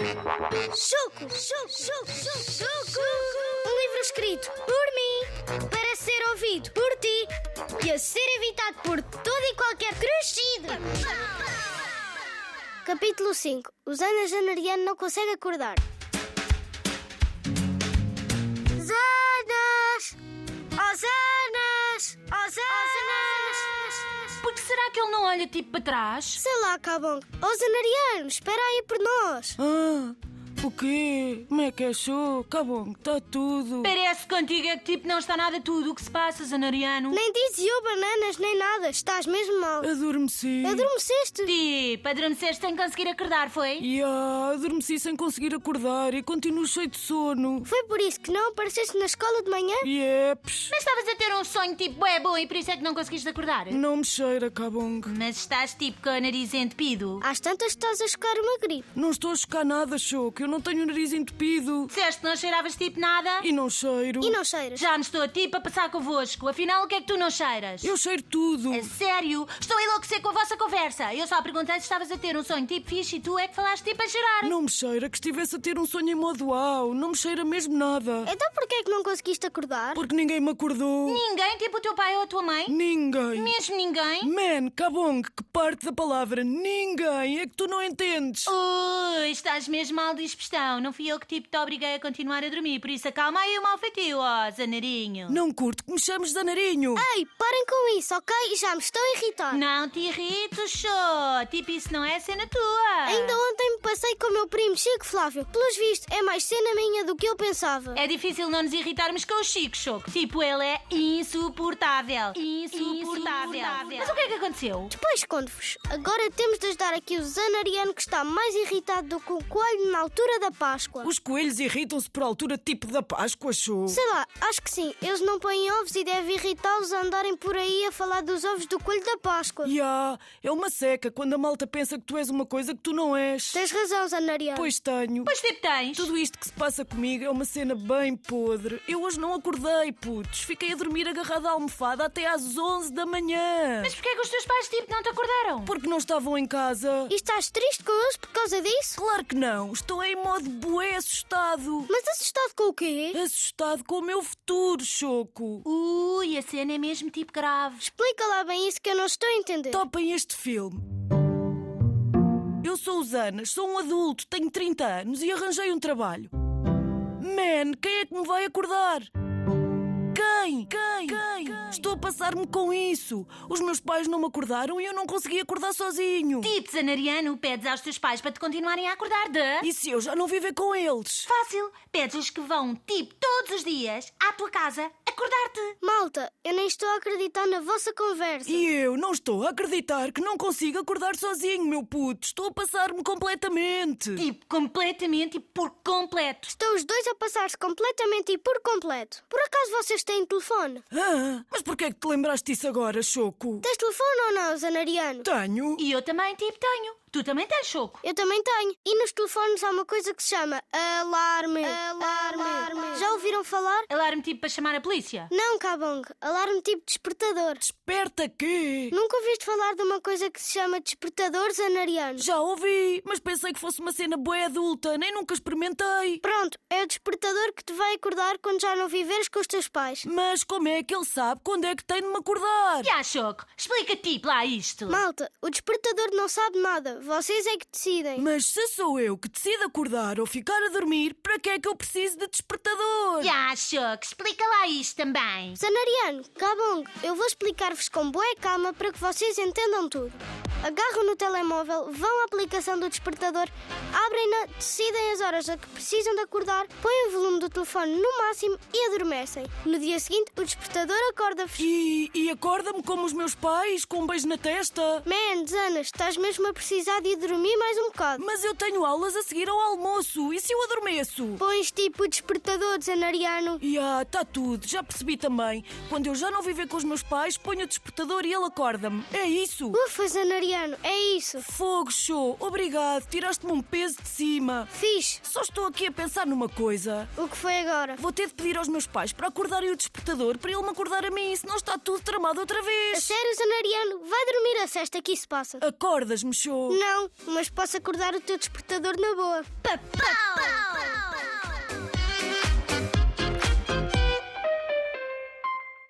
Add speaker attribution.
Speaker 1: Chuco, chuco, chuco, chuco, chuco. Um livro escrito por mim, para ser ouvido por ti e a ser evitado por todo e qualquer crescido. Capítulo 5. Osana Janariano não consegue acordar. Zanas! Oh, Osanas! Osanas!
Speaker 2: Porque será que ele não olha tipo para trás?
Speaker 1: Sei lá, Cabong. Osanariano, espera aí por nós.
Speaker 3: Ah, o quê? Como é que achou? Cabong, está tudo.
Speaker 2: Parece que contigo é que tipo não está nada tudo o que se passa, Zanariano.
Speaker 1: Nem disse eu bananas, nem nada. Estás mesmo mal.
Speaker 3: Adormeci.
Speaker 1: Adormeceste?
Speaker 2: Tipo, adormeceste sem conseguir acordar, foi?
Speaker 3: Ya, ah, adormeci sem conseguir acordar e continuo cheio de sono. é,
Speaker 1: Foi por isso que não apareceste na escola de manhã?
Speaker 3: Yeps.
Speaker 2: Mas estavas a ter um sonho tipo é bom e por isso é que não conseguiste acordar?
Speaker 3: Não me cheira, Cabong.
Speaker 2: Mas estás tipo com o nariz entupido.
Speaker 1: Às tantas estás a chocar uma gripe.
Speaker 3: Não estou a chocar nada, Choco. Eu não tenho o nariz entupido.
Speaker 2: Disseste que não cheiravas tipo nada?
Speaker 3: E não cheiro.
Speaker 1: E não cheiras?
Speaker 2: Já me estou tipo a passar convosco. Afinal, o que é que tu não cheiras?
Speaker 3: Eu cheiro
Speaker 1: É
Speaker 3: tudo.
Speaker 2: A sério? Estou a enlouquecer com a vossa conversa. Eu só perguntei se estavas a ter um sonho tipo fixe e tu é que falaste tipo a cheirar.
Speaker 3: Não me cheira que estivesse a ter um sonho em modo au. Não me cheira mesmo nada.
Speaker 1: Então porquê é que não conseguiste acordar?
Speaker 3: Porque ninguém me acordou.
Speaker 2: Ninguém, tipo o teu pai ou a tua mãe?
Speaker 3: Ninguém.
Speaker 2: Mesmo ninguém?
Speaker 3: Man, Cabong, que parte da palavra ninguém é que tu não entendes?
Speaker 2: Ui, estás mesmo mal dispostão. Não fui eu que tipo te obriguei a continuar a dormir, por isso acalma aí o mau feitio, ó, zanarinho.
Speaker 3: Não curto que me chames Danarinho.
Speaker 1: Ei, parem com isso, ok? Já me estou a irritar.
Speaker 2: Não te irrites, show. Tipo, isso não é cena tua.
Speaker 1: Ainda ontem me passei com o meu primo Chico Flávio. Pelos vistos, é mais cena minha do que eu pensava.
Speaker 2: É difícil não nos irritarmos com o Chico, Choco. Tipo, ele é insuportável. Insuportável. Mas o que é que aconteceu?
Speaker 1: Depois conto-vos. Agora temos de ajudar aqui o Zanariano que está mais irritado do que o coelho na altura da Páscoa.
Speaker 3: Os coelhos irritam-se por altura tipo da Páscoa, show.
Speaker 1: Sei lá, acho que sim. Eles não põem ovos e deve irritá-los a andarem por aí a falar dos ovos do coelho da Páscoa.
Speaker 3: Ya, é uma seca quando a malta pensa que tu és uma coisa que tu não és.
Speaker 1: Tens razão, Zanariano.
Speaker 3: Pois tenho.
Speaker 2: Pois tipo tens.
Speaker 3: Tudo isto que se passa comigo é uma cena bem podre. Eu hoje não acordei, putos. Fiquei a dormir agarrada à almofada até às 11 da manhã.
Speaker 2: Mas porquê é que os teus pais tipo não te acordaram?
Speaker 3: Porque não estavam em casa?
Speaker 1: E estás triste com eles por causa disso?
Speaker 3: Claro que não. Estou em modo bué assustado.
Speaker 1: Mas assustado com o quê?
Speaker 3: Assustado com o meu futuro, Choco.
Speaker 2: Ui, a cena é mesmo tipo grave.
Speaker 1: Explica lá bem isso que eu não estou a entender.
Speaker 3: Topem este filme. Eu sou Usanas, sou um adulto, tenho 30 anos e arranjei um trabalho. Man, quem é que me vai acordar? Quem? Quem? Quem? Estou a passar-me com isso. Os meus pais não me acordaram e eu não consegui acordar sozinho.
Speaker 2: Tipo, Zanariano, pedes aos teus pais para te continuarem a acordar de...
Speaker 3: E se eu já não viver com eles?
Speaker 2: Fácil. Pedes-lhes que vão, tipo, todos os dias à tua casa acordar-te.
Speaker 1: Malta, eu nem estou a acreditar na vossa conversa.
Speaker 3: E eu não estou a acreditar que não consigo acordar sozinho, meu puto. Estou a passar-me completamente.
Speaker 2: Tipo, completamente e por completo.
Speaker 1: Estão os dois a passar-se completamente e por completo. Por acaso vocês têm telefone?
Speaker 3: Ah, mas porquê é que te lembraste disso agora, Choco?
Speaker 1: Tens telefone ou não, Zanariano?
Speaker 3: Tenho.
Speaker 2: E eu também, tipo, tenho. Tu também tens, Choco.
Speaker 1: Eu também tenho. E nos telefones há uma coisa que se chama alarme. Alarme. Já ouviram falar?
Speaker 2: Alarme, tipo, para chamar a polícia.
Speaker 1: Não, Cabong. Alarme tipo despertador.
Speaker 3: Desperta quê?
Speaker 1: Nunca ouviste falar de uma coisa que se chama despertador zanariano?
Speaker 3: Já ouvi, mas pensei que fosse uma cena boa adulta, nem nunca experimentei.
Speaker 1: Pronto, é o despertador que te vai acordar quando já não viveres com os teus pais.
Speaker 3: Mas como é que ele sabe quando é que tem de me acordar?
Speaker 2: Já, Choco, explica tipo lá isto.
Speaker 1: Malta, o despertador não sabe nada. Vocês é que decidem.
Speaker 3: Mas se sou eu que decido acordar ou ficar a dormir, para que é que eu preciso de despertador?
Speaker 2: Já, Choco, explica lá isto também.
Speaker 1: Zanariano, Cabong, eu vou explicar-vos com boa calma para que vocês entendam tudo. Agarram no telemóvel, vão à aplicação do despertador, abrem-na, decidem as horas a que precisam de acordar, põem o volume do telefone no máximo e adormecem. No dia seguinte, o despertador acorda-vos.
Speaker 3: E, e acorda-me como os meus pais, com um beijo na testa.
Speaker 1: Man, Zanas, estás mesmo a precisar de ir dormir mais um bocado.
Speaker 3: Mas eu tenho aulas a seguir ao almoço, e se eu adormeço?
Speaker 1: Pões tipo o despertador, Zanariano.
Speaker 3: E ah, tá tudo, já percebi também. Quando eu já não viver com os meus pais, ponho o despertador e ele acorda-me. É isso?
Speaker 1: Ufa, Zanariano, é isso.
Speaker 3: Fogo, show, obrigado, tiraste-me um peso de cima.
Speaker 1: Fiz.
Speaker 3: Só estou aqui a pensar numa coisa.
Speaker 1: O que foi agora?
Speaker 3: Vou ter de pedir aos meus pais para acordarem o despertador para ele me acordar a mim, senão está tudo tramado outra
Speaker 1: A
Speaker 3: vez.
Speaker 1: sério, Zanariano, vai dormir a cesta que isso passa. Hum.
Speaker 3: Acordas-me, show.
Speaker 1: Não, mas posso acordar o teu despertador na boa.
Speaker 4: Pau, pau, pau.